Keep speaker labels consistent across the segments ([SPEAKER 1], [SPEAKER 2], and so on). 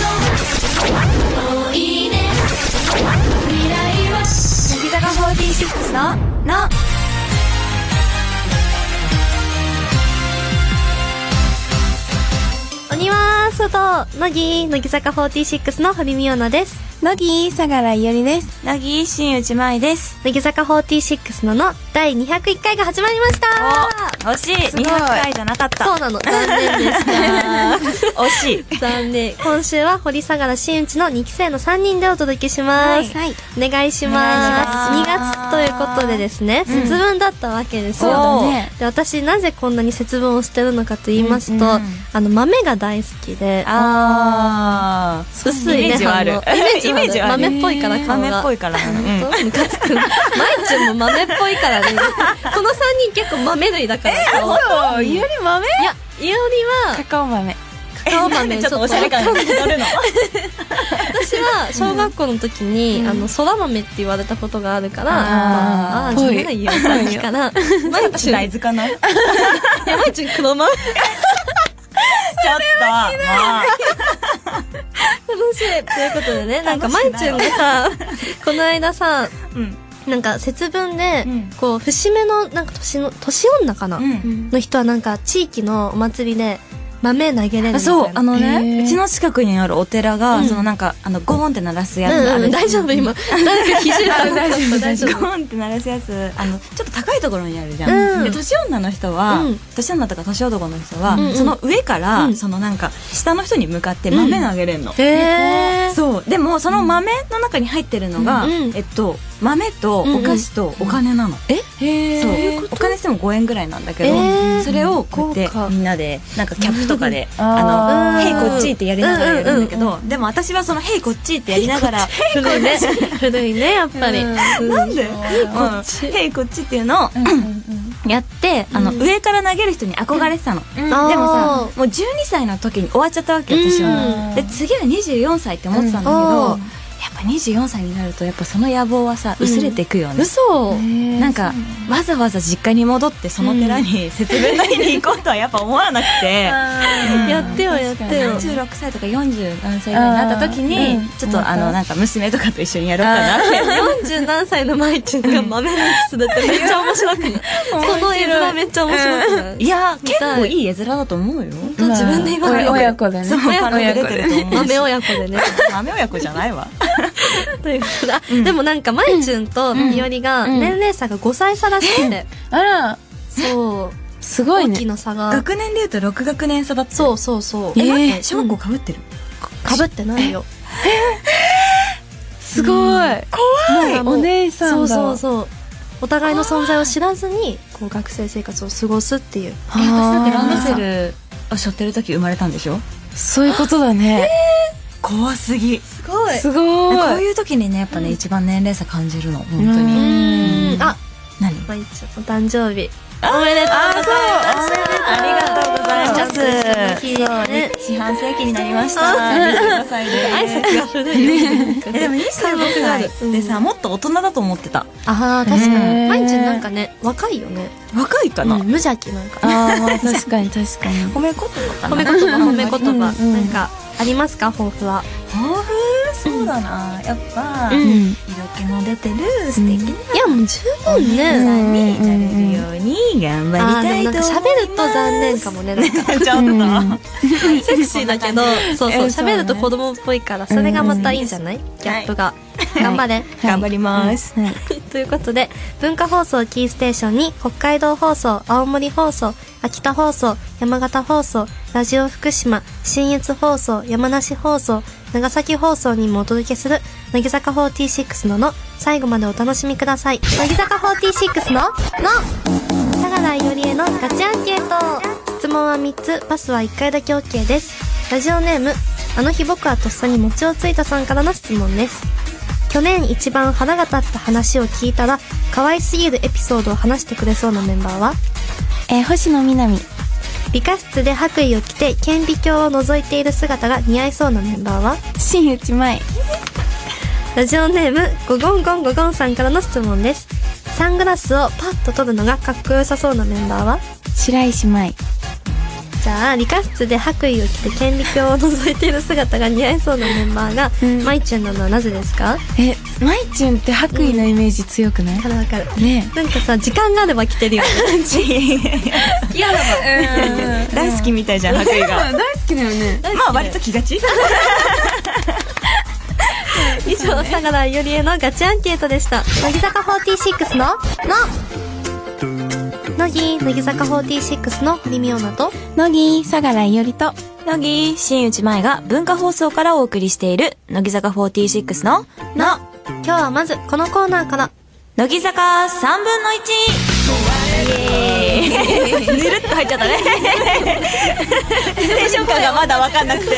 [SPEAKER 1] もういいね未来は乃木坂46のの
[SPEAKER 2] 鬼は外乃木乃木坂46の堀美央奈です
[SPEAKER 3] 乃木相良伊織です
[SPEAKER 4] 乃木新内舞です
[SPEAKER 2] 乃木坂46のの第201回が始まりました
[SPEAKER 4] 惜しい
[SPEAKER 3] すごい
[SPEAKER 4] 200回じゃなかった
[SPEAKER 2] そうなの残念でした
[SPEAKER 4] 惜しい
[SPEAKER 2] 残念今週は堀相良新内の2期生の3人でお届けします、
[SPEAKER 3] はい
[SPEAKER 2] お願いします
[SPEAKER 4] お
[SPEAKER 2] 2
[SPEAKER 4] 願いします
[SPEAKER 2] 月ということでですね、
[SPEAKER 4] うん
[SPEAKER 2] 節分だったわけです
[SPEAKER 4] そう
[SPEAKER 2] よ
[SPEAKER 4] だ
[SPEAKER 3] ね
[SPEAKER 2] で私なぜこんなに節分をしてるのかと言いますと、
[SPEAKER 4] うんうん
[SPEAKER 2] あの豆が大好きで
[SPEAKER 4] ああ
[SPEAKER 2] 薄いね
[SPEAKER 4] イメージはある
[SPEAKER 2] 反応イ メ
[SPEAKER 4] イメ
[SPEAKER 2] ー
[SPEAKER 4] ー
[SPEAKER 2] ジ
[SPEAKER 4] ジ
[SPEAKER 2] は
[SPEAKER 4] は
[SPEAKER 2] あ
[SPEAKER 4] あ
[SPEAKER 2] る
[SPEAKER 4] る
[SPEAKER 2] 豆っぽいから顔が
[SPEAKER 4] 豆っぽいからなのうん
[SPEAKER 2] 本当ムカつ くまいちゅんも豆っぽい からねこの3人結構豆類だから顔
[SPEAKER 4] そうゆり豆
[SPEAKER 2] いやいおり は
[SPEAKER 4] カオ豆
[SPEAKER 2] カカオ豆
[SPEAKER 4] ちょっとおしゃれ感に乗る の
[SPEAKER 2] 私は小学校の時に、あの空豆って言われたことがあるから、
[SPEAKER 4] あー
[SPEAKER 2] まあ、あー
[SPEAKER 3] ぽい
[SPEAKER 2] 自分で言うさっきから
[SPEAKER 4] 毎日大豆かなちょっと
[SPEAKER 2] 山内黒豆楽
[SPEAKER 4] まあ
[SPEAKER 2] しいということでねなんかま
[SPEAKER 4] 楽しい
[SPEAKER 2] い
[SPEAKER 4] な
[SPEAKER 2] ちゅんがさ この間さ
[SPEAKER 4] うん
[SPEAKER 2] なんか節分で、
[SPEAKER 4] うん
[SPEAKER 2] こう節目のなんか年の年女かな、
[SPEAKER 4] うん
[SPEAKER 2] の人はなんか地域のお祭りで豆投げれるみたいな
[SPEAKER 4] そうあの
[SPEAKER 3] へ
[SPEAKER 4] ね
[SPEAKER 3] ー
[SPEAKER 4] うちの近くにあるお寺
[SPEAKER 2] う
[SPEAKER 4] が
[SPEAKER 2] ん
[SPEAKER 4] そのなんかあのゴーンって鳴らすやつあ
[SPEAKER 2] うんう
[SPEAKER 4] る
[SPEAKER 2] ん、大丈夫今誰か肘 打たなかった大丈
[SPEAKER 4] ゴ
[SPEAKER 2] 夫
[SPEAKER 4] ーンって鳴らすやつあのちょっと高いところにあるじゃ
[SPEAKER 2] うん
[SPEAKER 4] ん、で年女の人は、
[SPEAKER 2] うん
[SPEAKER 4] 年女とか年男の人は、
[SPEAKER 2] うんうん
[SPEAKER 4] その上から、
[SPEAKER 2] うん
[SPEAKER 4] そのなんか下の人に向かって豆投げれるの、
[SPEAKER 2] へー
[SPEAKER 4] そうでもその豆の中に入ってるのが、
[SPEAKER 2] うんうん
[SPEAKER 4] えっと豆とお菓子とお金なの、
[SPEAKER 3] へ
[SPEAKER 4] そう
[SPEAKER 3] え
[SPEAKER 4] お金しても5円ぐらいなんだけど、
[SPEAKER 2] えー
[SPEAKER 4] それをこうやっ
[SPEAKER 2] こうか
[SPEAKER 4] てみんなでなんかキャップ とかで「
[SPEAKER 3] あ
[SPEAKER 4] あの
[SPEAKER 2] ー
[SPEAKER 4] へいこっち」ってやりながらやるんだけど、でも私はその「へいこっち」ってやりながら
[SPEAKER 2] 古いね古いねやっぱり、
[SPEAKER 4] なんでこっち、へいこっちっていうのをやって、あの、上から投げる人に憧れてたの。でも
[SPEAKER 2] あー
[SPEAKER 4] さ、もう12歳の時に終わっちゃったわけよ、私
[SPEAKER 2] う
[SPEAKER 4] は。で、次は24歳って思ってたんだけ
[SPEAKER 2] うん
[SPEAKER 4] ど、
[SPEAKER 2] おー
[SPEAKER 4] やっぱ24歳になると、やっぱその野望はさ、薄れていくよね。
[SPEAKER 2] 嘘
[SPEAKER 4] なんか、わざわざ実家に戻って、その寺に節分の日に行こうとはやっぱ思わなく て。
[SPEAKER 2] やってよやってよ
[SPEAKER 4] 36歳とか40何歳ぐらいになった時に、ちょっとあのなんか娘とかと一緒にやろうかなって
[SPEAKER 2] 40何歳のまいちゅんが豆のキスだってめっちゃ面白くないその絵面めっちゃ面白くない
[SPEAKER 4] いやー結構いい絵面だと思うよ
[SPEAKER 2] 当自分で言わない
[SPEAKER 3] まあ親子でね
[SPEAKER 4] そうパラ
[SPEAKER 2] 親
[SPEAKER 4] が
[SPEAKER 2] 子で
[SPEAKER 4] 出てると思う
[SPEAKER 2] 豆親子でね
[SPEAKER 4] 豆親子じゃないわ
[SPEAKER 2] ということであでもなんかまいちゅんとみおりが
[SPEAKER 3] うん
[SPEAKER 2] 年齢差が5歳差らしくて
[SPEAKER 3] あら
[SPEAKER 2] そう
[SPEAKER 3] すごい
[SPEAKER 2] 大
[SPEAKER 3] ね
[SPEAKER 2] きな差が
[SPEAKER 4] 学年でいうと6学年差だった
[SPEAKER 2] そうそうそう
[SPEAKER 4] え待っ
[SPEAKER 3] えー
[SPEAKER 4] て小学校かぶってる
[SPEAKER 2] かぶってないよ
[SPEAKER 3] すごい
[SPEAKER 2] 怖
[SPEAKER 3] お姉さんだ
[SPEAKER 2] そうそうそうお互いの存在を知らずにこう学生生活を過ごすっていう
[SPEAKER 3] え私だってラ
[SPEAKER 4] ラ
[SPEAKER 3] ン
[SPEAKER 4] ン
[SPEAKER 3] ド
[SPEAKER 4] ド
[SPEAKER 3] セ
[SPEAKER 4] セ
[SPEAKER 3] ル
[SPEAKER 4] ルを背負ってる時生まれたんでしょ
[SPEAKER 3] そういうことだね
[SPEAKER 4] 怖すぎすごい
[SPEAKER 3] すご
[SPEAKER 4] こ
[SPEAKER 3] いう
[SPEAKER 4] いう時にねやっぱね、一番年齢差感じるの本当
[SPEAKER 3] う
[SPEAKER 4] に
[SPEAKER 2] うんあ
[SPEAKER 4] 何
[SPEAKER 2] まいちゃんお誕生日おめでとうございます
[SPEAKER 4] ありがとうございます
[SPEAKER 2] ますね
[SPEAKER 4] 四半世紀になりました25歳で
[SPEAKER 2] 挨拶が古い
[SPEAKER 4] えでも26歳でさ、もっと大人だと思ってた
[SPEAKER 2] ああ確か
[SPEAKER 3] う
[SPEAKER 2] に
[SPEAKER 3] ん
[SPEAKER 2] まいちゃんなんかね若いよね
[SPEAKER 4] 若いかな、
[SPEAKER 2] うん無邪気なんか
[SPEAKER 3] あーまあ確かに確かに
[SPEAKER 4] 褒め言葉か
[SPEAKER 2] 褒
[SPEAKER 4] な
[SPEAKER 2] め言葉褒め言葉
[SPEAKER 3] うんうん
[SPEAKER 2] なんかありますか抱負は
[SPEAKER 4] 豊富そうだな、やっぱ、
[SPEAKER 2] う
[SPEAKER 4] 色
[SPEAKER 2] ん
[SPEAKER 4] 気の出てる素敵ない
[SPEAKER 2] やもう十分
[SPEAKER 4] 皆
[SPEAKER 2] ね
[SPEAKER 4] さんになれるように頑張り
[SPEAKER 2] あー
[SPEAKER 4] た
[SPEAKER 2] で
[SPEAKER 4] い
[SPEAKER 2] も
[SPEAKER 4] と
[SPEAKER 2] なん
[SPEAKER 4] 思いま
[SPEAKER 2] か
[SPEAKER 4] す、
[SPEAKER 2] 喋ると残念かもねなんか
[SPEAKER 4] ちょっと、
[SPEAKER 3] うん
[SPEAKER 4] は
[SPEAKER 2] セクシーだけど、そうそう、
[SPEAKER 3] えそ
[SPEAKER 2] 喋
[SPEAKER 3] うね
[SPEAKER 2] ると子供っぽいから、それがまたいいんじゃないギャップが。頑張れ。
[SPEAKER 4] い 頑張ります、
[SPEAKER 3] はい
[SPEAKER 2] ということで、文化放送キーステーションに、北海道放送、青森放送、秋田放送、山形放送、ラジオ福島、新越放送、山梨放送、長崎放送にもお届けする、乃木坂46のの、最後までお楽しみください。乃木坂46の、の相良よりへのガチアンケート質問は3つパスは1回だけ OK ですラジオネームあの日僕はとっさに餅をついたさんからの質問です去年一番腹が立った話を聞いたら可愛すぎるエピソードを話してくれそうなメンバーは
[SPEAKER 3] えー星野みなみ
[SPEAKER 2] 美化室で白衣を着て顕微鏡を覗いている姿が似合いそうなメンバーは
[SPEAKER 3] 新内舞
[SPEAKER 2] ラジオネームゴゴンゴンゴゴンさんからの質問ですサングラスをパッと取るのがかっこよさそうなメンバーは
[SPEAKER 3] 白石舞
[SPEAKER 2] じゃあ理科室で白衣を着て顕微鏡を覗いている姿が似合いそうなメンバーが、
[SPEAKER 3] うん
[SPEAKER 2] マイチュンなのはなぜですか
[SPEAKER 3] えマイチュンって白衣のイメージ強くない、
[SPEAKER 2] わかるわかる
[SPEAKER 3] ね
[SPEAKER 2] なんかさ時間があれば着てるよね
[SPEAKER 4] 好きやろ大好きみたいじゃん白衣が
[SPEAKER 3] 大好きだよね
[SPEAKER 4] まあ割と気がち
[SPEAKER 2] 以上相良よりえのガチアンケートでした乃木坂46の「の」乃木乃木坂46の堀美央奈と
[SPEAKER 3] 乃木相良伊織と
[SPEAKER 4] 乃木新内前が文化放送からお送りしている乃木坂46の「の
[SPEAKER 2] 今日はまずこのコーナーから
[SPEAKER 4] 乃木坂3分の1」イエーイぬるっと入っちゃったねテンション感がまだ分かんなくて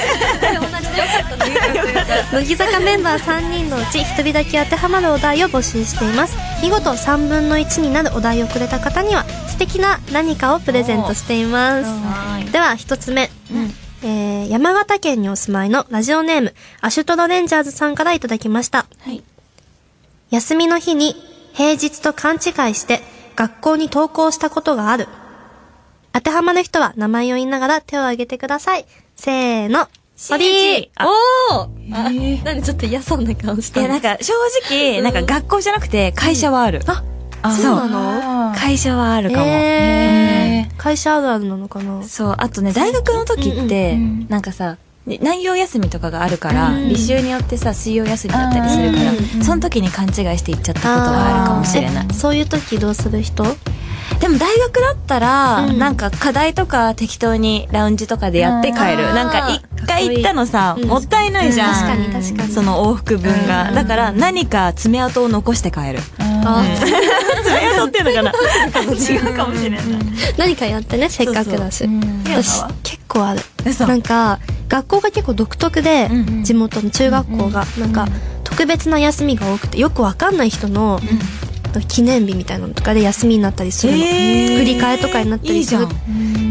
[SPEAKER 2] 乃木坂メンバー3人のうち1人だけ当てはまるお題を募集しています見事3分の1になるお題をくれた方には素敵な何かをプレゼントしていますでは1つ目、えー山形県にお住まいのラジオネームアシュトロレンジャーズさんからいただきました
[SPEAKER 3] はい
[SPEAKER 2] 休みの日に平日と勘違いして学校に登校したことがある当てはまる人は名前を言いながら手を挙げてくださいせーの
[SPEAKER 4] 新一あ
[SPEAKER 2] おお
[SPEAKER 3] え
[SPEAKER 2] なんでちょっと嫌そうな顔し
[SPEAKER 4] い
[SPEAKER 2] て
[SPEAKER 4] やなんか正直なんか学校じゃなくて会社はある、
[SPEAKER 3] あ
[SPEAKER 4] そう
[SPEAKER 2] なの
[SPEAKER 4] 会社はあるかも、
[SPEAKER 2] え
[SPEAKER 3] え
[SPEAKER 2] ー、会社あるあるなのかな
[SPEAKER 4] そうあとね大学の時って、
[SPEAKER 3] うんうん
[SPEAKER 4] なんかさね内容休みとかがあるから、
[SPEAKER 2] うん
[SPEAKER 4] 履修によってさ水曜休みだったりするから、
[SPEAKER 2] うん
[SPEAKER 3] うん
[SPEAKER 4] その時に勘違いして行っちゃったことはあるかもしれない
[SPEAKER 2] あーえそういう時どうする人
[SPEAKER 4] でも大学だったら、
[SPEAKER 2] うん
[SPEAKER 4] なんか課題とか適当にラウンジとかでやって帰る
[SPEAKER 2] あー
[SPEAKER 4] なんか一回行ったのさ
[SPEAKER 2] うん
[SPEAKER 4] もったいないじゃん、
[SPEAKER 2] 確かに確かに
[SPEAKER 4] その往復分が、だから何か爪痕を残して帰る
[SPEAKER 2] あ
[SPEAKER 3] あ
[SPEAKER 2] ー
[SPEAKER 4] 爪痕っていうの かな違うかもしれない
[SPEAKER 2] 何かやってねせっかくだし
[SPEAKER 3] ーうん
[SPEAKER 4] そう
[SPEAKER 2] 私
[SPEAKER 4] うん
[SPEAKER 2] 結構ある
[SPEAKER 4] 嘘
[SPEAKER 2] なんか学校が結構独特で、
[SPEAKER 4] うん
[SPEAKER 2] 地元の中学校が、なんか特別な休みが多くてよくわかんない人の、記念日みたいなのとかで休みになったりするの、
[SPEAKER 4] えー
[SPEAKER 2] 振り替えとかになったりする
[SPEAKER 4] い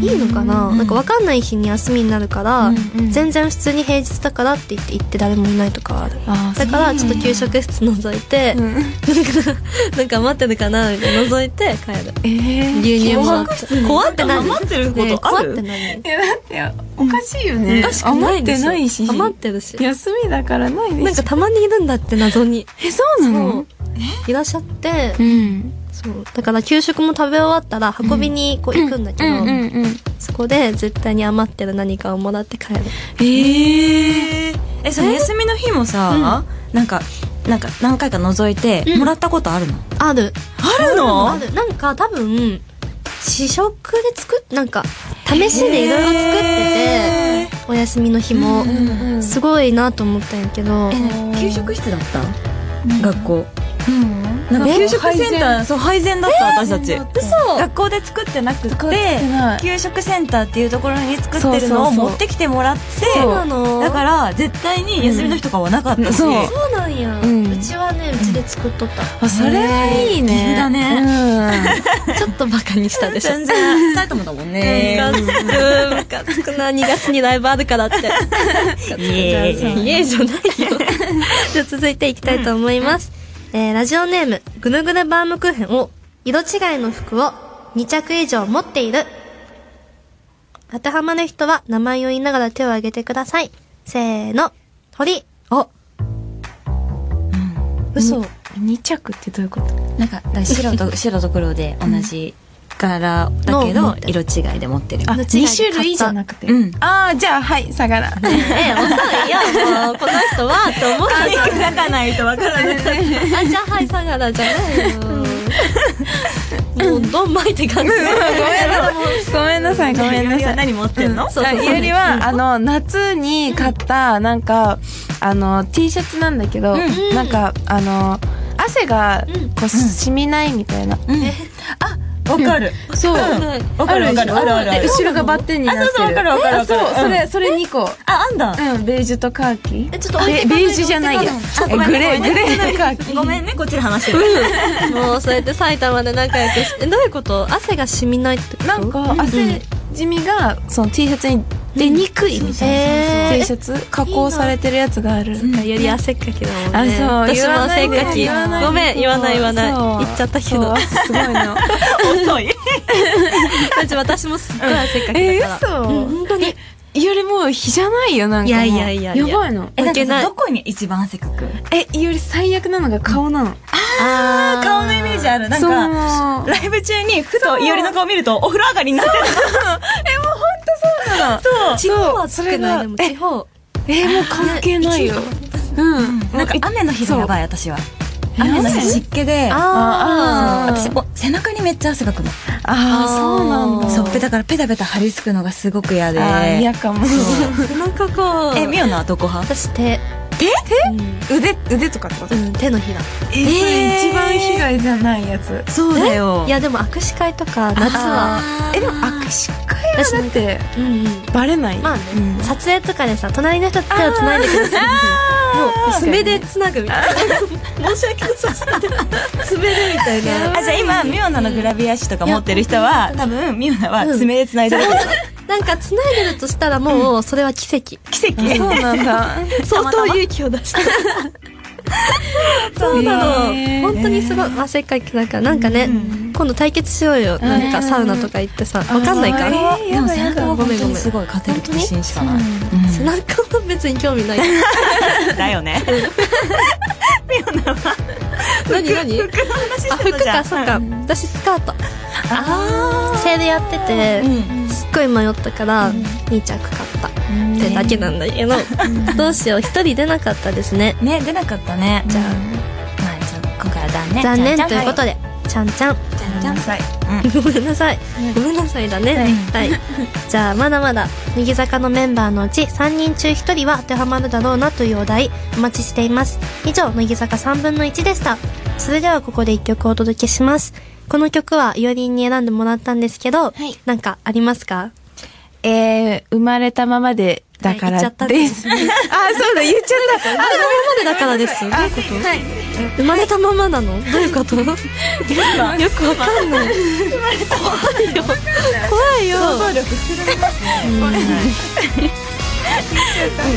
[SPEAKER 4] いじ
[SPEAKER 2] いいのかな、
[SPEAKER 4] うん
[SPEAKER 2] なんかわかんない日に休みになるから、全然普通に平日だからって言って行って誰もいないとかある
[SPEAKER 3] あー
[SPEAKER 2] だからちょっと給食室覗いて、なんか なんか待ってるかなみたいな覗いて帰る
[SPEAKER 3] えー
[SPEAKER 2] 牛乳も
[SPEAKER 3] 怖
[SPEAKER 2] ら
[SPEAKER 3] い
[SPEAKER 2] って怖って何
[SPEAKER 4] 黙ってること
[SPEAKER 2] ねえ
[SPEAKER 4] ある
[SPEAKER 2] 怖って何
[SPEAKER 3] いやだっておかしいよね
[SPEAKER 2] 確か
[SPEAKER 3] 余ってないし
[SPEAKER 2] 余ってるし
[SPEAKER 3] 休みだからないで
[SPEAKER 2] なん
[SPEAKER 3] し
[SPEAKER 2] か
[SPEAKER 3] ょ
[SPEAKER 2] たまにいるんだって謎に
[SPEAKER 3] えそうな
[SPEAKER 2] そ
[SPEAKER 3] の
[SPEAKER 2] ういらっしゃって
[SPEAKER 3] うん
[SPEAKER 2] そうだから給食も食べ終わったら運びにこう行くんだけど、
[SPEAKER 3] うん
[SPEAKER 2] そこで絶対に余ってる何かをもらって帰る
[SPEAKER 4] えええその休みの日もさ、なんかなんか何回か覗いて、
[SPEAKER 2] うん
[SPEAKER 4] もらったことあるの
[SPEAKER 2] ある
[SPEAKER 4] あるの
[SPEAKER 2] あるなんか多分試食で作っなんか試しでいろいろ作ってて
[SPEAKER 4] て
[SPEAKER 2] お休みの日も、
[SPEAKER 3] うんうん
[SPEAKER 2] すごいなと思ったんやけど、
[SPEAKER 4] え給食室だった学校
[SPEAKER 3] うん
[SPEAKER 4] なんか給食センターそう配膳だった私たち
[SPEAKER 3] 嘘
[SPEAKER 4] 学校で作ってなくて
[SPEAKER 3] ない
[SPEAKER 4] 給食センターっていうところに作ってるのを
[SPEAKER 3] そうそうそう
[SPEAKER 4] 持ってきてもらって
[SPEAKER 2] そうなの
[SPEAKER 4] だから絶対に休みの日とかはなかったし、
[SPEAKER 3] うん
[SPEAKER 2] そうなんや、う
[SPEAKER 3] うん
[SPEAKER 2] ちはねうちで作っとった、
[SPEAKER 3] あそれはいいね
[SPEAKER 4] 粋だね
[SPEAKER 3] ね
[SPEAKER 2] ちょっとバカにしたでしょ
[SPEAKER 4] 全然埼玉だもんね
[SPEAKER 2] ムカつくな2月にライブあるからって
[SPEAKER 4] イエーイ
[SPEAKER 2] イエーイじゃないよじゃあ続いていきたいと思います、えーラジオネームぐるぐるバームクーヘンを色違いの服を2着以上持っている当てはまる人は名前を言いながら手を挙げてくださいせーの堀お嘘、
[SPEAKER 3] 二着ってどういうこと
[SPEAKER 4] なんかだから白と白と黒で同じ柄だけ
[SPEAKER 2] のを
[SPEAKER 4] ど
[SPEAKER 2] 持って
[SPEAKER 4] 色違いで持ってる
[SPEAKER 3] あ
[SPEAKER 2] 間違いで買った
[SPEAKER 3] 二種類じゃなくて
[SPEAKER 4] うん
[SPEAKER 3] ああじゃあはい相 良
[SPEAKER 2] え遅いよもうこの人はって思う じゃん
[SPEAKER 4] 書かないとわからない
[SPEAKER 2] あじゃあはいさがらじゃないよもうドンマイって感じ
[SPEAKER 3] ごめんなさいごめんなさい
[SPEAKER 4] 何持ってんの
[SPEAKER 2] そうそう
[SPEAKER 3] いおりは、あの、夏に買った、なんか、あの、T シャツなんだけど、
[SPEAKER 4] うん
[SPEAKER 3] なんか、あの、汗が
[SPEAKER 2] うん、
[SPEAKER 3] こう、染みないみたいな。
[SPEAKER 4] わかる
[SPEAKER 3] そう。
[SPEAKER 4] わかるわかるあるある
[SPEAKER 3] で、後ろがバッテンになってる。
[SPEAKER 4] あそうそうわかるわかるわかる
[SPEAKER 3] えそう、それ、それ2個。
[SPEAKER 4] ああんだ
[SPEAKER 3] うん、ベージュとカーキ。
[SPEAKER 2] えちょっと置い
[SPEAKER 3] ベ
[SPEAKER 2] て
[SPEAKER 3] ベージュじゃないや。
[SPEAKER 4] あ
[SPEAKER 3] え
[SPEAKER 4] ごめん
[SPEAKER 3] グレー、
[SPEAKER 4] ごめ
[SPEAKER 3] グ
[SPEAKER 4] ん
[SPEAKER 3] レーのカーキ。
[SPEAKER 4] ごめんねこっちで話してる
[SPEAKER 2] もうそうやって埼玉で仲良くしてえどういうこと汗が染みないってこと
[SPEAKER 3] なんか、汗地味がその T シャツに出にくいみたいな、
[SPEAKER 2] うん
[SPEAKER 3] T シャツ加工されてるやつがある
[SPEAKER 4] ん
[SPEAKER 2] より汗っかきだもんね。
[SPEAKER 3] あそう
[SPEAKER 2] 私
[SPEAKER 3] 言
[SPEAKER 2] も
[SPEAKER 3] わな
[SPEAKER 2] 汗
[SPEAKER 3] い
[SPEAKER 2] っ
[SPEAKER 3] ね
[SPEAKER 2] かき。
[SPEAKER 3] 言わないね
[SPEAKER 2] ごめん、言わない言わない。
[SPEAKER 3] そう
[SPEAKER 2] 言っちゃったけ
[SPEAKER 3] そう
[SPEAKER 2] ど。
[SPEAKER 3] すごいの
[SPEAKER 4] 遅い
[SPEAKER 2] 私もすっごい汗っか
[SPEAKER 3] え
[SPEAKER 2] き
[SPEAKER 3] ー
[SPEAKER 2] だから。う
[SPEAKER 3] 嘘
[SPEAKER 2] ん本当に。
[SPEAKER 3] よりもう日じゃないよなんかもう
[SPEAKER 2] いやいやいやいや
[SPEAKER 3] やばいの
[SPEAKER 4] え、
[SPEAKER 2] いけ
[SPEAKER 4] だ
[SPEAKER 2] ない
[SPEAKER 4] どこに一番汗かく
[SPEAKER 3] えより最悪なのが顔なの
[SPEAKER 2] あー
[SPEAKER 4] 顔のイメージある。なんか、
[SPEAKER 3] か
[SPEAKER 4] ライブ中にふといおりの顔見るとお風呂上がりになってる。
[SPEAKER 2] 地方は
[SPEAKER 3] そ
[SPEAKER 2] 少
[SPEAKER 3] れ
[SPEAKER 2] ない。
[SPEAKER 3] が
[SPEAKER 2] でも地方。
[SPEAKER 3] えもう関係ないようん
[SPEAKER 4] なんか雨の日がやばい私は。
[SPEAKER 3] え
[SPEAKER 4] 雨の日湿気で。
[SPEAKER 3] あ
[SPEAKER 4] 私お背中にめっちゃ汗かくの。
[SPEAKER 3] あーそうなんだ
[SPEAKER 4] そう、ペタからペタペタ張り付くのがすごく嫌で。
[SPEAKER 3] あー嫌かも
[SPEAKER 2] ー背中か。
[SPEAKER 4] え、みおなはどこ派
[SPEAKER 2] 私手。
[SPEAKER 4] 手
[SPEAKER 3] 腕腕とかってこと
[SPEAKER 2] うんうん、手のひら。
[SPEAKER 3] えーそれ一番被害じゃないやつ
[SPEAKER 4] そうだよ
[SPEAKER 2] いや、でも握手会とか、夏は。
[SPEAKER 4] あー
[SPEAKER 3] えでも握手会はだって
[SPEAKER 2] うんうん。
[SPEAKER 3] バレない
[SPEAKER 2] まあね
[SPEAKER 4] うん、
[SPEAKER 2] 撮影とかでさ、隣の人と手を繋いでくださいみたいな。もう、爪で繋ぐみたいな。申し訳 な さそう。爪でみたいな。
[SPEAKER 4] あ、じゃあ今、ミオナのグラビア誌とか持ってる人は、多分、ミオナは爪で繋いでる。
[SPEAKER 2] なんか繋いでるとしたらもう、それは奇跡。
[SPEAKER 4] 奇跡。
[SPEAKER 3] そうなんだ
[SPEAKER 2] 相当勇気を出 して。そうなの。
[SPEAKER 3] へー
[SPEAKER 2] 本当にすごい汗っかきだから、なんかね、今度対決しようよ。なんかサウナとか行ってさ、わかんないか
[SPEAKER 3] あ
[SPEAKER 2] ら。
[SPEAKER 3] ーえー
[SPEAKER 4] でも背中は
[SPEAKER 2] ご
[SPEAKER 4] 本
[SPEAKER 2] めん
[SPEAKER 4] 当
[SPEAKER 2] ごめん
[SPEAKER 4] にすごい勝てる自信しかない。
[SPEAKER 2] 背中は別に興味 ない。
[SPEAKER 4] うんだよ ね。
[SPEAKER 2] 何何
[SPEAKER 4] 服の話
[SPEAKER 2] あ、
[SPEAKER 4] して
[SPEAKER 2] 服
[SPEAKER 4] たじゃん。
[SPEAKER 2] か、そっか。私スカート。あ制でやってて、
[SPEAKER 4] うん
[SPEAKER 2] すっごい迷ったから、2着買ったってだけなんだけど、どうしよう、一人出なかったですね。
[SPEAKER 4] ね、出なかったね。
[SPEAKER 2] じゃ
[SPEAKER 4] まあ、ちょっと今回は断念。
[SPEAKER 2] あ、残念
[SPEAKER 4] じゃん
[SPEAKER 2] と
[SPEAKER 4] じゃん
[SPEAKER 2] いうことで、ちゃんちゃん。
[SPEAKER 4] じゃんじゃん
[SPEAKER 2] ごめんなさい。ごめんなさいだね。はい。 じゃあ、まだまだ、乃木坂のメンバーのうち3人中1人は当てはまるだろうなというお題、お待ちしています。以上、乃木坂3分の1でした。それではここで1曲お届けします。この曲は、いおりんに選んでもらったんですけど、なんかありますか
[SPEAKER 3] えー生まれたままでだか
[SPEAKER 2] はい言っちゃ
[SPEAKER 3] ら
[SPEAKER 2] った
[SPEAKER 3] です。 あ、そうだ、言っちゃった。
[SPEAKER 2] あ、生まれたままでだからです。どういうことはい。生まれたままなのどういう ことよくわかんない。怖いよ。怖いよ。想像力膨らみますね。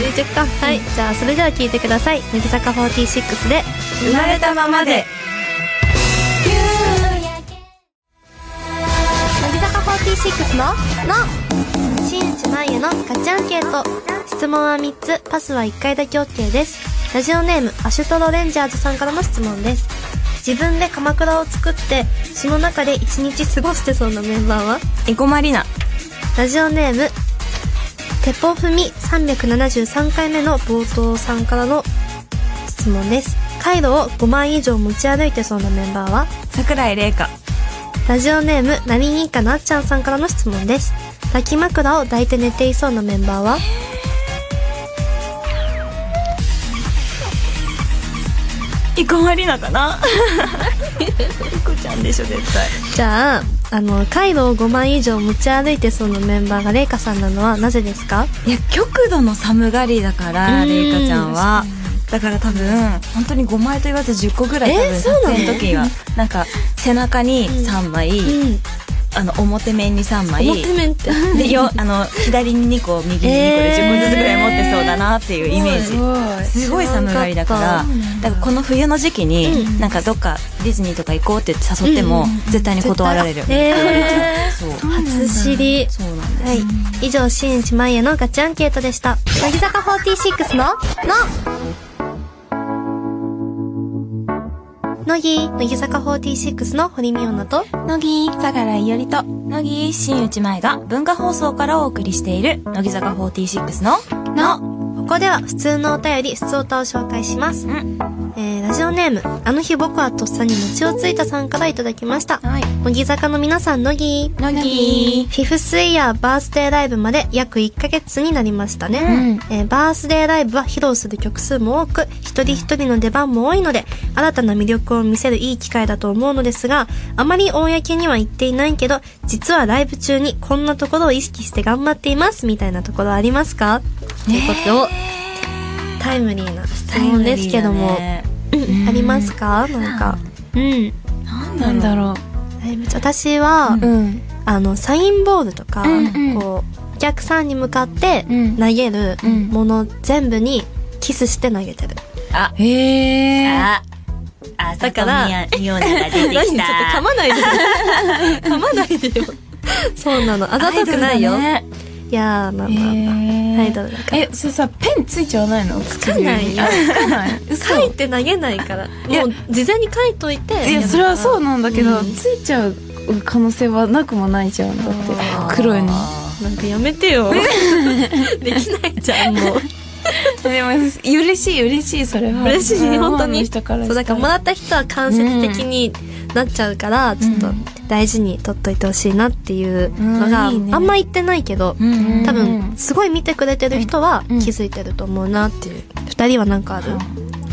[SPEAKER 2] 言っちゃった。はい。じゃあ、それでは聞いてください。乃木坂46で。
[SPEAKER 3] 生まれたままで。
[SPEAKER 2] 乃木坂46のの新内まゆのガチアンケート質問は3つパスは1回だけ OK ですラジオネームアシュトロレンジャーズさんからの質問です自分で鎌倉を作ってその中で1日過ごしてそうなメンバーは
[SPEAKER 4] エゴマリナ。
[SPEAKER 2] ラジオネームテポフミ373回目の冒頭さんからの質問ですカイロを5枚以上持ち歩いてそうなメンバーは
[SPEAKER 4] 桜井玲香。
[SPEAKER 2] ラジオネーム、何人かなっちゃんさんからの質問です。抱き枕を抱いて寝ていそうなメンバーは
[SPEAKER 4] イコマリナか なイコちゃんでしょ、絶対。
[SPEAKER 2] じゃあ、あの、カイロを5枚以上持ち歩いてそうなメンバーがレイカさんなのはなぜですか
[SPEAKER 4] いや、極度の寒がりだから、
[SPEAKER 2] うん
[SPEAKER 4] レイカちゃんは。だから多分、本当に5枚と言わず10個ぐらい多
[SPEAKER 2] えー
[SPEAKER 4] 分、
[SPEAKER 2] そ
[SPEAKER 4] 撮
[SPEAKER 2] うなの
[SPEAKER 4] 影の時は。なんか、背中に3枚、
[SPEAKER 2] うん。
[SPEAKER 4] あの、表面に3枚。
[SPEAKER 2] 表面 って。
[SPEAKER 4] でよあの左に2個右に2個で10個ずつぐらい持ってそうだなっていうイメージ、すごい寒がりだからだからこの冬の時期に、
[SPEAKER 2] うん
[SPEAKER 4] なんかどっかディズニーとか行こうって言って誘っても、絶対に断られる
[SPEAKER 2] え
[SPEAKER 4] そう
[SPEAKER 2] ー、初知り。
[SPEAKER 4] そうなんだ
[SPEAKER 2] はい。以上、新内まゆのガチアンケートでした。乃木坂46の、の乃木、乃木坂46の堀美央奈と、
[SPEAKER 4] 乃木相良伊織と乃木新内舞が文化放送からお送りしている乃木坂46の「の
[SPEAKER 2] ここでは普通のお便り、普通歌を紹介します。
[SPEAKER 4] ん
[SPEAKER 2] えー、ラジオネーム、あの日僕はとっさに餅をついたさんからいただきました。
[SPEAKER 4] はい
[SPEAKER 2] 乃木坂の皆さん、乃木。
[SPEAKER 4] 乃木
[SPEAKER 2] フィフスイヤーバースデーライブまで約1ヶ月になりましたね、えーバースデーライブは披露する曲数も多く、一人一人の出番も多いので、新たな魅力を見せるいい機会だと思うのですが、あまり公には言っていないけど、実はライブ中にこんなところを意識して頑張っています、みたいなところありますかということを、タイムリーな質問ですけども、うんありますかなんか。うん。
[SPEAKER 4] なん
[SPEAKER 3] なんだろ
[SPEAKER 2] ライブ中私は、
[SPEAKER 3] う。うん。
[SPEAKER 2] あのサインボールとか、
[SPEAKER 1] うんうん
[SPEAKER 2] こうお客さんに向かって
[SPEAKER 1] うん
[SPEAKER 2] 投げる
[SPEAKER 1] うん
[SPEAKER 2] もの全部にキスして投げてる、
[SPEAKER 4] あ、
[SPEAKER 3] へえ。
[SPEAKER 4] あ、あ、
[SPEAKER 2] だから
[SPEAKER 4] そこにあ、ミオネが 出てきた。
[SPEAKER 2] 噛まないでよ噛まないでよそうなのあざとくないよ、
[SPEAKER 4] アイドルだね
[SPEAKER 2] いやーまあまあまあアイドルだから
[SPEAKER 3] え、それさ、ペンついちゃわないのつ
[SPEAKER 2] かないよ
[SPEAKER 3] つかない。
[SPEAKER 2] 書いて投げないからも
[SPEAKER 3] や
[SPEAKER 2] う事前に書いといて
[SPEAKER 3] いや、それはそうなんだけど、
[SPEAKER 2] うん
[SPEAKER 3] ついちゃう可能性はなくもないじゃん。だっ
[SPEAKER 2] あ
[SPEAKER 3] て、黒いの。
[SPEAKER 2] なんかやめてよできないじゃんもう
[SPEAKER 3] でも、嬉しい、嬉しい、それは。
[SPEAKER 2] 嬉しい本当
[SPEAKER 3] ファンの
[SPEAKER 2] に
[SPEAKER 3] 人から
[SPEAKER 2] そうだからもらった人は間接的になっちゃうから、ちょっと大事に取っといてほしいなっていうのが、
[SPEAKER 3] うんいいね
[SPEAKER 2] あんま言ってないけど、
[SPEAKER 4] うん
[SPEAKER 2] 多
[SPEAKER 3] う
[SPEAKER 2] 分
[SPEAKER 3] ん
[SPEAKER 2] すごい見てくれてる人は気づいてると思うなっていう、二人はなんかある、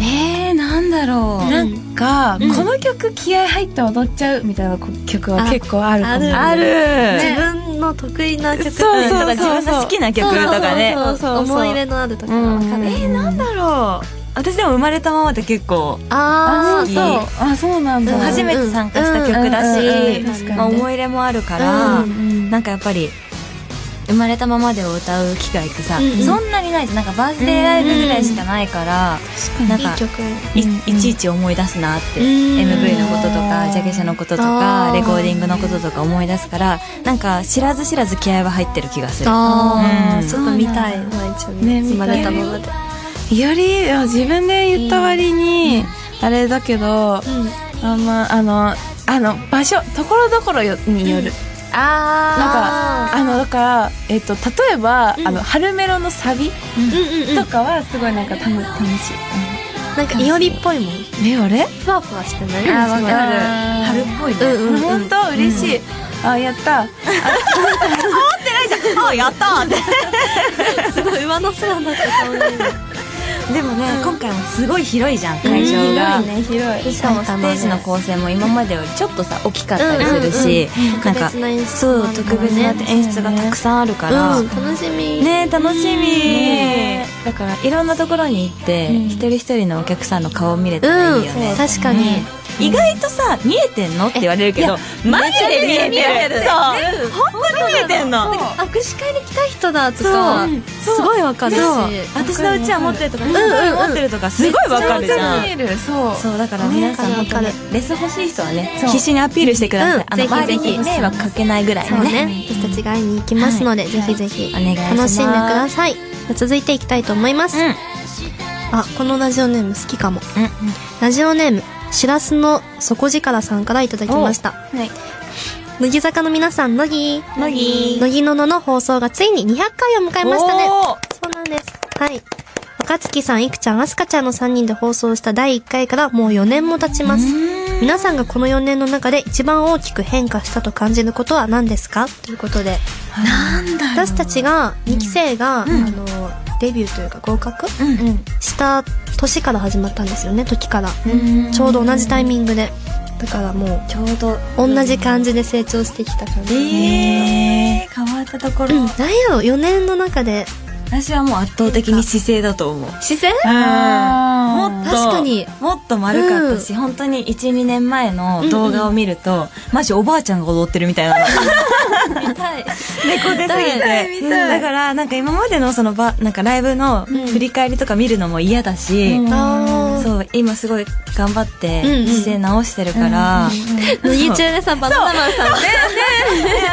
[SPEAKER 4] えー、なんだろう。
[SPEAKER 3] なんか、
[SPEAKER 4] うん
[SPEAKER 3] この曲気合入って踊っちゃうみたいな曲は結構あるかも
[SPEAKER 2] ある
[SPEAKER 4] ある。
[SPEAKER 2] 自分の得意な曲と
[SPEAKER 3] そうそう
[SPEAKER 4] とか自分の好きな曲とかね。
[SPEAKER 2] そうそうそう
[SPEAKER 3] そうそうそう
[SPEAKER 2] 思い入れのあるとかわかる、
[SPEAKER 3] うん
[SPEAKER 2] えー
[SPEAKER 4] なんだろう。私でも生まれたままで結構、
[SPEAKER 2] あー
[SPEAKER 3] あそうそうあそうなんだ、
[SPEAKER 2] うん
[SPEAKER 4] 初めて参加した曲だ
[SPEAKER 3] うんうん
[SPEAKER 4] し
[SPEAKER 3] うん確かにね、
[SPEAKER 4] まあ思い入れもあるから
[SPEAKER 2] う、
[SPEAKER 4] なんかやっぱり、生まれたままでを歌う機会ってさ、
[SPEAKER 2] うんうん
[SPEAKER 4] そんなにないじゃん。なんかバースデーライブぐらいしかないから、なん
[SPEAKER 2] いい
[SPEAKER 4] か、
[SPEAKER 2] 曲
[SPEAKER 4] い
[SPEAKER 3] うんう
[SPEAKER 4] い
[SPEAKER 3] ん
[SPEAKER 4] ちいち思い出すなって、
[SPEAKER 2] うん
[SPEAKER 4] MV のこととかジャケ写のことと
[SPEAKER 2] あ
[SPEAKER 4] か
[SPEAKER 2] ー
[SPEAKER 4] レコーディングのこととか思い出すからなんか知らず知らず気合は入ってる気がする
[SPEAKER 2] あー
[SPEAKER 4] うん
[SPEAKER 2] ちょっと見たい毎日
[SPEAKER 3] ね
[SPEAKER 2] 生まれたままで、
[SPEAKER 3] よりあ自分で言った割に、あれだけど、あんまあのあの場所ところどころよによる、なんかあのだから、えっと例えば、あの春メロのサビ
[SPEAKER 2] うんうんうん
[SPEAKER 3] とかはすごいなんか楽楽しい、
[SPEAKER 2] なんかいおりっぽいもん
[SPEAKER 3] えあれ
[SPEAKER 2] ふわふわしてない
[SPEAKER 3] あわ
[SPEAKER 2] すごい
[SPEAKER 3] かる
[SPEAKER 4] 春っぽいね
[SPEAKER 2] うんうん
[SPEAKER 3] 本当嬉しい、あやった
[SPEAKER 4] あやったーって
[SPEAKER 2] すごい上の空になって顔が今
[SPEAKER 4] でもね今回もすごい広いじゃん会場が、
[SPEAKER 3] 広いね広い
[SPEAKER 4] しかもステージの構成も今までよりちょっとさ大きかったりするし、なんか
[SPEAKER 2] 特別な演出
[SPEAKER 4] そう特別な演出がたくさんあるから、
[SPEAKER 2] うん楽しみ
[SPEAKER 4] ね楽しみ、
[SPEAKER 3] ね
[SPEAKER 4] だからいろんなところに行って、一人一人のお客さんの顔を見れたらいいよね、
[SPEAKER 2] うん確かに
[SPEAKER 4] うん意外とさ見えてんのって言われるけどマジで見えてるそう本当に見えてんの
[SPEAKER 2] 握手会に来た人だとか
[SPEAKER 4] そう
[SPEAKER 2] すごいわかるし
[SPEAKER 4] そう私のうちは持ってるとか、うんうん、持ってるとかすごいわかるじゃん
[SPEAKER 3] めっちゃ見えるそう
[SPEAKER 4] そうだから皆さん
[SPEAKER 2] ね
[SPEAKER 4] 本当に
[SPEAKER 2] わか
[SPEAKER 4] レス欲しい人はね
[SPEAKER 3] そう
[SPEAKER 4] 必死にアピールしてください、
[SPEAKER 2] うん
[SPEAKER 4] あの
[SPEAKER 2] ぜひぜひ
[SPEAKER 4] 周りに迷惑かけないぐらい
[SPEAKER 2] そ
[SPEAKER 4] の
[SPEAKER 2] う
[SPEAKER 4] ね
[SPEAKER 2] ね私たちが会いに行きますのでぜひぜひ
[SPEAKER 4] お願いします
[SPEAKER 2] 楽しんでください続いていきたいと思います
[SPEAKER 4] うん
[SPEAKER 2] あこのラジオネーム好きかも
[SPEAKER 4] うん
[SPEAKER 2] ラジオネームしらすの底力さんからいただきました
[SPEAKER 4] はい
[SPEAKER 2] 乃木坂の皆さん乃木
[SPEAKER 4] 乃木
[SPEAKER 2] 乃木ののの放送がついに200回を迎えましたね
[SPEAKER 4] おー
[SPEAKER 2] そうなんですはい若月さんいくちゃんあすかちゃんの3人で放送した第1回からもう4年も経ちます皆さんがこの4年の中で一番大きく変化したと感じることは何ですかということで
[SPEAKER 4] なんだ
[SPEAKER 2] 私たちが2期生が、あのデビューというか合格、した年から始まったんですよね時からちょうど同じタイミングでだからもう
[SPEAKER 4] ちょうど
[SPEAKER 2] 同じ感じで成長してきた感じ、
[SPEAKER 4] えー、変わったところ、
[SPEAKER 2] うん、なんやろ4年の中で
[SPEAKER 4] 私はもう圧倒的に姿勢だと思う
[SPEAKER 2] 姿勢
[SPEAKER 3] あ
[SPEAKER 4] もっと
[SPEAKER 2] 確かに
[SPEAKER 4] もっと丸かったし、本当に12年前の動画を見ると、マジおばあちゃんが踊ってるみたいな
[SPEAKER 2] 見たい
[SPEAKER 4] 猫出すぎてうんだからなんか今までのそのばなんかライブの振り返りとか見るのも嫌だし、
[SPEAKER 2] あ
[SPEAKER 4] そう今すごい頑張って
[SPEAKER 2] うんうん
[SPEAKER 4] 姿勢直してるから、
[SPEAKER 2] ー乃木中でさバナナマンさんね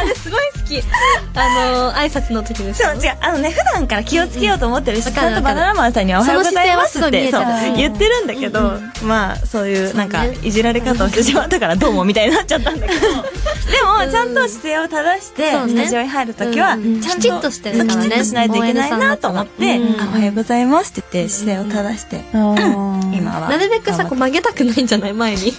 [SPEAKER 2] ねあれすごい好きあの挨拶の時です
[SPEAKER 4] そう違うあのね普段から気をつけようと思ってるし、
[SPEAKER 2] うん
[SPEAKER 4] ちゃんとバナナマンさんには「おはようございます」って
[SPEAKER 2] そ
[SPEAKER 4] そう
[SPEAKER 2] の姿勢はすごい見えてる
[SPEAKER 4] 言ってるんだけど、まあそういうなんか
[SPEAKER 2] そうね
[SPEAKER 4] いじられ方をしてしまったからどうもみたいになっちゃったんだけどでもちゃんと姿勢を正して
[SPEAKER 2] そうね
[SPEAKER 4] スタジオに入るときは
[SPEAKER 2] うんうん
[SPEAKER 4] ちゃんと
[SPEAKER 2] きちっとしてるからね
[SPEAKER 4] そうきちっとしないといけないなと思っ
[SPEAKER 2] お
[SPEAKER 4] て
[SPEAKER 2] 偉いさんだ
[SPEAKER 4] 「
[SPEAKER 2] から
[SPEAKER 4] あおはようございます」って言って姿勢を正して
[SPEAKER 3] ーあー
[SPEAKER 4] 今は
[SPEAKER 2] なるべくさこう曲げたくないんじゃない前に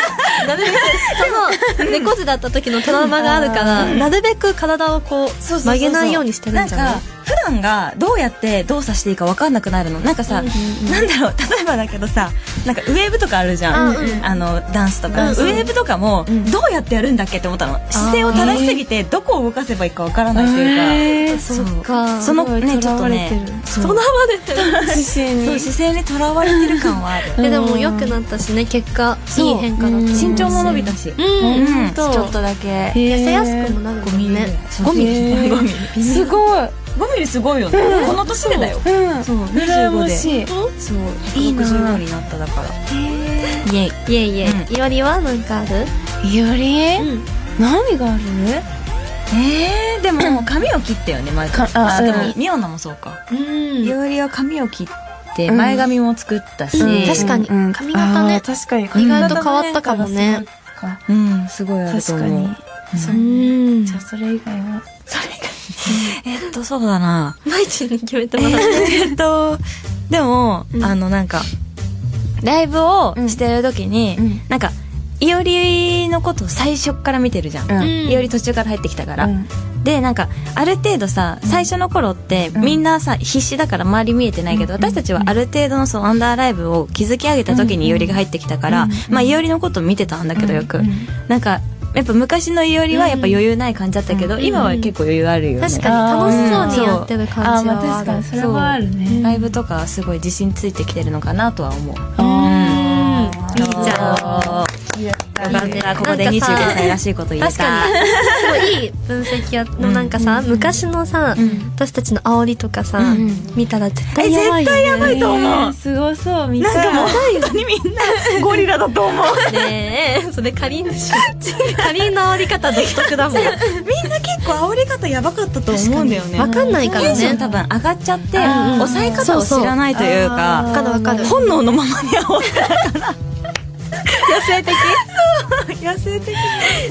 [SPEAKER 2] なるべくその猫背だった時のトラウマがあるからなるべく体をこう
[SPEAKER 4] そうそうそうそう
[SPEAKER 2] 曲げないようにしてるんじゃない
[SPEAKER 4] んか普段がどうやって動作していいか分かんなくなるのなんかさ、なんだろう 例えばだけどさなんかウェーブとかあるじゃん、あのダンスとか、ウェーブとかも、どうやってやるんだっけって思ったの姿勢を正しすぎてどこを動かせばいいか分からないというか、そうそのねちょっとね
[SPEAKER 2] とらわれてる
[SPEAKER 3] 自信に
[SPEAKER 4] そう姿勢にとらわれてる感はある
[SPEAKER 2] えでも良くなったしね結果いい変化だった
[SPEAKER 4] 身長も伸びたし、
[SPEAKER 2] うん
[SPEAKER 4] ちょっとだけ
[SPEAKER 2] 痩せやすくもなる
[SPEAKER 4] 5ミリ
[SPEAKER 2] ね
[SPEAKER 4] 5ミリ5ミリ
[SPEAKER 3] すごい
[SPEAKER 4] 5ミリすごいよね、この年でだよ、
[SPEAKER 3] うん
[SPEAKER 4] そう
[SPEAKER 3] 羨
[SPEAKER 4] 25
[SPEAKER 3] ま
[SPEAKER 4] で
[SPEAKER 3] しい
[SPEAKER 4] そう
[SPEAKER 3] いいな
[SPEAKER 4] 65になっただからイエイ
[SPEAKER 2] いえいえ、
[SPEAKER 4] う
[SPEAKER 2] いおりはなんかある
[SPEAKER 3] より
[SPEAKER 2] うん
[SPEAKER 3] 何がある
[SPEAKER 4] えー、でも髪を切ったよね前
[SPEAKER 3] かあ
[SPEAKER 4] あで
[SPEAKER 3] うん
[SPEAKER 4] もミオナもそうか
[SPEAKER 2] うん
[SPEAKER 4] いおりは髪を切って
[SPEAKER 3] うん
[SPEAKER 4] 前髪も作ったし、
[SPEAKER 2] うん確かに
[SPEAKER 3] うん
[SPEAKER 2] 髪型ね
[SPEAKER 3] あー確かに
[SPEAKER 2] 意外と変わったかもね
[SPEAKER 4] うんすごいある
[SPEAKER 3] 確
[SPEAKER 4] と
[SPEAKER 3] か
[SPEAKER 4] 思
[SPEAKER 3] に
[SPEAKER 4] う
[SPEAKER 3] そうう
[SPEAKER 2] うん
[SPEAKER 3] じゃあそれ以外は
[SPEAKER 4] それがえっとそうだな
[SPEAKER 2] 毎日に決めてもらう
[SPEAKER 4] えっとでも、
[SPEAKER 2] うん
[SPEAKER 4] あのなんかライブをしてる時に、
[SPEAKER 3] うん
[SPEAKER 4] なんかいおりのことを最初から見てるじゃん、
[SPEAKER 3] うん
[SPEAKER 4] いおり途中から入ってきたから、
[SPEAKER 3] うん
[SPEAKER 4] でなんかある程度さ最初の頃ってみんなさ必死だから周り見えてないけど私たちはある程度のそのアンダーライブを築き上げた時にいおりが入ってきたからまあいおりのこと見てたんだけどよくなんかやっぱ昔のいおりはやっぱ余裕ない感じだったけど今は結構余裕あるよね
[SPEAKER 2] 確かに楽しそうにやってる感
[SPEAKER 3] あー
[SPEAKER 2] じ
[SPEAKER 3] まあ
[SPEAKER 2] はある
[SPEAKER 3] 確かにそれはあるね
[SPEAKER 4] ライブとかすごい自信ついてきてるのかなとは思う
[SPEAKER 3] あ
[SPEAKER 2] いいじゃん
[SPEAKER 4] よかったここで
[SPEAKER 2] なん
[SPEAKER 4] 25
[SPEAKER 2] かさ
[SPEAKER 4] 歳らしいこと言えた
[SPEAKER 2] 確かにすごいいい分析やのなんかさ、昔のさ、私たちの煽りとかさ、見たら絶対やばいよ、ね、
[SPEAKER 4] やばいと思う
[SPEAKER 3] すごそうみ ん
[SPEAKER 4] なんかもう本当にみんなゴリラだと思う
[SPEAKER 2] ねえそれかりんでしょかりんの煽り方独特だもん
[SPEAKER 4] みんな結構煽り方やばかったと思うんだよね
[SPEAKER 2] わかんないか
[SPEAKER 4] テ
[SPEAKER 2] ら
[SPEAKER 4] ンション
[SPEAKER 2] ね
[SPEAKER 4] 多分上がっちゃって
[SPEAKER 2] んうん
[SPEAKER 4] 抑え方を知らないという
[SPEAKER 3] そうそう
[SPEAKER 4] か
[SPEAKER 2] わかるわかる
[SPEAKER 4] 本能のままに煽ってたから野生的そう野生的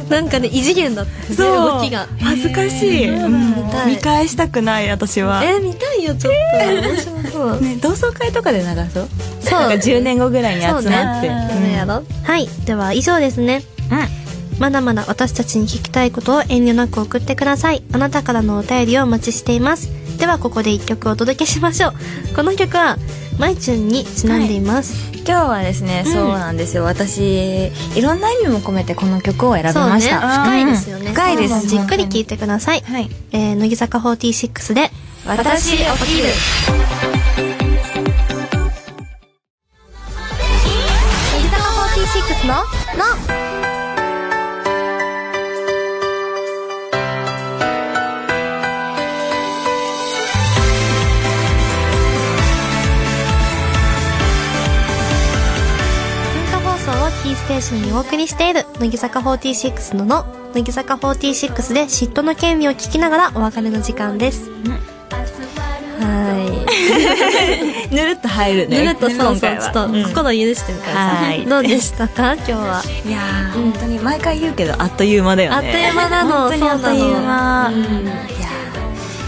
[SPEAKER 2] なんかね異次元だったよね
[SPEAKER 4] そう
[SPEAKER 2] 動きが
[SPEAKER 4] 恥ずかしいうん
[SPEAKER 2] 見たい
[SPEAKER 4] 見返したくない私は
[SPEAKER 2] えー、見たいよちょっと、面白そう
[SPEAKER 4] ね同窓会とかで流そう
[SPEAKER 2] そう
[SPEAKER 4] なんか10年後ぐらいに集まって
[SPEAKER 3] そうね
[SPEAKER 2] うんやろはいでは以上ですねまだまだ私たちに聞きたいことを遠慮なく送ってください。あなたからのお便りをお待ちしています。ではここで一曲お届けしましょう。この曲は、マイチュンにちなんでいます。
[SPEAKER 4] 今日はですね
[SPEAKER 2] うん
[SPEAKER 4] そうなんですよ私いろんな意味も込めてこの曲を選び
[SPEAKER 2] そうね。
[SPEAKER 4] ました
[SPEAKER 2] 深いですよね。
[SPEAKER 4] うん深いで
[SPEAKER 2] そうなん
[SPEAKER 4] す
[SPEAKER 2] じっくり聴いてください。
[SPEAKER 4] はい
[SPEAKER 2] えー、乃木坂46で、
[SPEAKER 4] 私お昼
[SPEAKER 1] 乃木坂46の
[SPEAKER 2] 文化放送をキーステーションにお送りしている、乃木坂46のの、乃木坂46で嫉妬の権利を聞きながらお別れの時間です。はい。
[SPEAKER 4] ぬるっと入るね
[SPEAKER 2] ぬるっとそう
[SPEAKER 4] 今
[SPEAKER 2] そう
[SPEAKER 4] 回
[SPEAKER 2] ち
[SPEAKER 4] は
[SPEAKER 2] ょっと
[SPEAKER 4] うん
[SPEAKER 2] 心許してるから
[SPEAKER 4] は
[SPEAKER 2] さ、
[SPEAKER 4] い
[SPEAKER 2] どうでしたか 今日は、
[SPEAKER 4] いやー本当に毎回言うけどあっという間だよね
[SPEAKER 2] あっという間なの
[SPEAKER 4] 本当にあっという間
[SPEAKER 2] そうなのうん
[SPEAKER 4] いや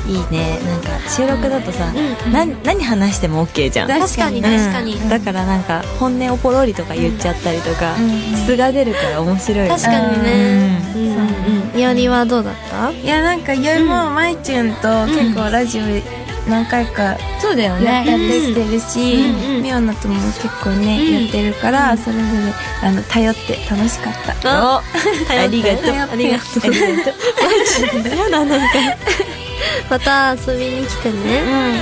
[SPEAKER 4] ーいいねなんか収録だとさ、な何話しても OK じゃん
[SPEAKER 2] 確かに確かに、
[SPEAKER 4] うんだからなんか本音をポロリとか言っちゃったりとか、素が出るから面白いよね
[SPEAKER 2] 確かにねうんうんうんいおりはどうだった
[SPEAKER 3] いやなんかよいもまいちゅんと結構ラジオ何回か
[SPEAKER 4] そうだよ
[SPEAKER 3] や
[SPEAKER 4] ね
[SPEAKER 3] やってきてるし
[SPEAKER 2] うんうん
[SPEAKER 3] みおなとも結構ねやってるからそれぞれあの頼って楽しかった
[SPEAKER 4] おありがとう
[SPEAKER 3] ありがと
[SPEAKER 4] ありがとう
[SPEAKER 2] また遊びに来てね、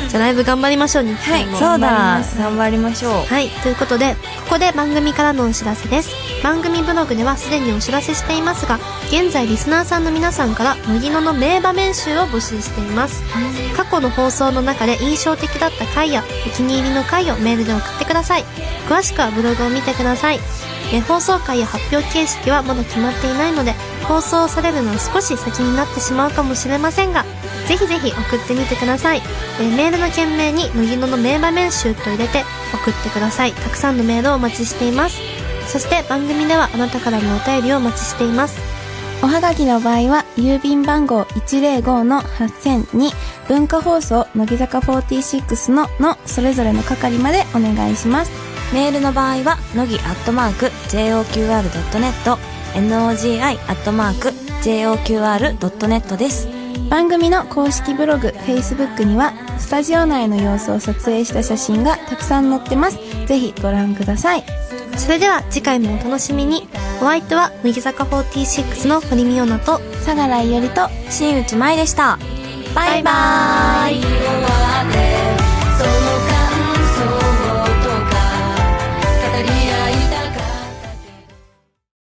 [SPEAKER 2] じゃあライブ頑張りましょう日
[SPEAKER 3] は
[SPEAKER 2] 本も
[SPEAKER 4] そうだ頑張りましょう
[SPEAKER 2] はい、ということで、ここで番組からのお知らせです。番組ブログではすでにお知らせしていますが、現在リスナーさんの皆さんから、乃木野の名場面集を募集しています。過去の放送の中で印象的だった回や、お気に入りの回をメールで送ってください。詳しくはブログを見てください。えー放送回や発表形式はまだ決まっていないので、放送されるのは少し先になってしまうかもしれませんが、ぜひぜひ送ってみてください。えーメールの件名に、乃木野の名場面集と入れて送ってください。たくさんのメールをお待ちしています。そして番組ではあなたからのお便りをお待ちしています。
[SPEAKER 3] おはがきの場合は、郵便番号105-8002、文化放送、乃木坂46の、の、それぞれの係までお願いします。
[SPEAKER 4] メールの場合は、のぎアットマーク、joqr.net、nogi アットマーク、joqr.net です。
[SPEAKER 3] 番組の公式ブログ Facebook にはスタジオ内の様子を撮影した写真がたくさん載ってますぜひご覧ください
[SPEAKER 2] それでは次回もお楽しみにお相手は乃木坂46の堀美央奈と
[SPEAKER 3] 相良伊織と
[SPEAKER 4] 新内舞でした
[SPEAKER 2] バイバイ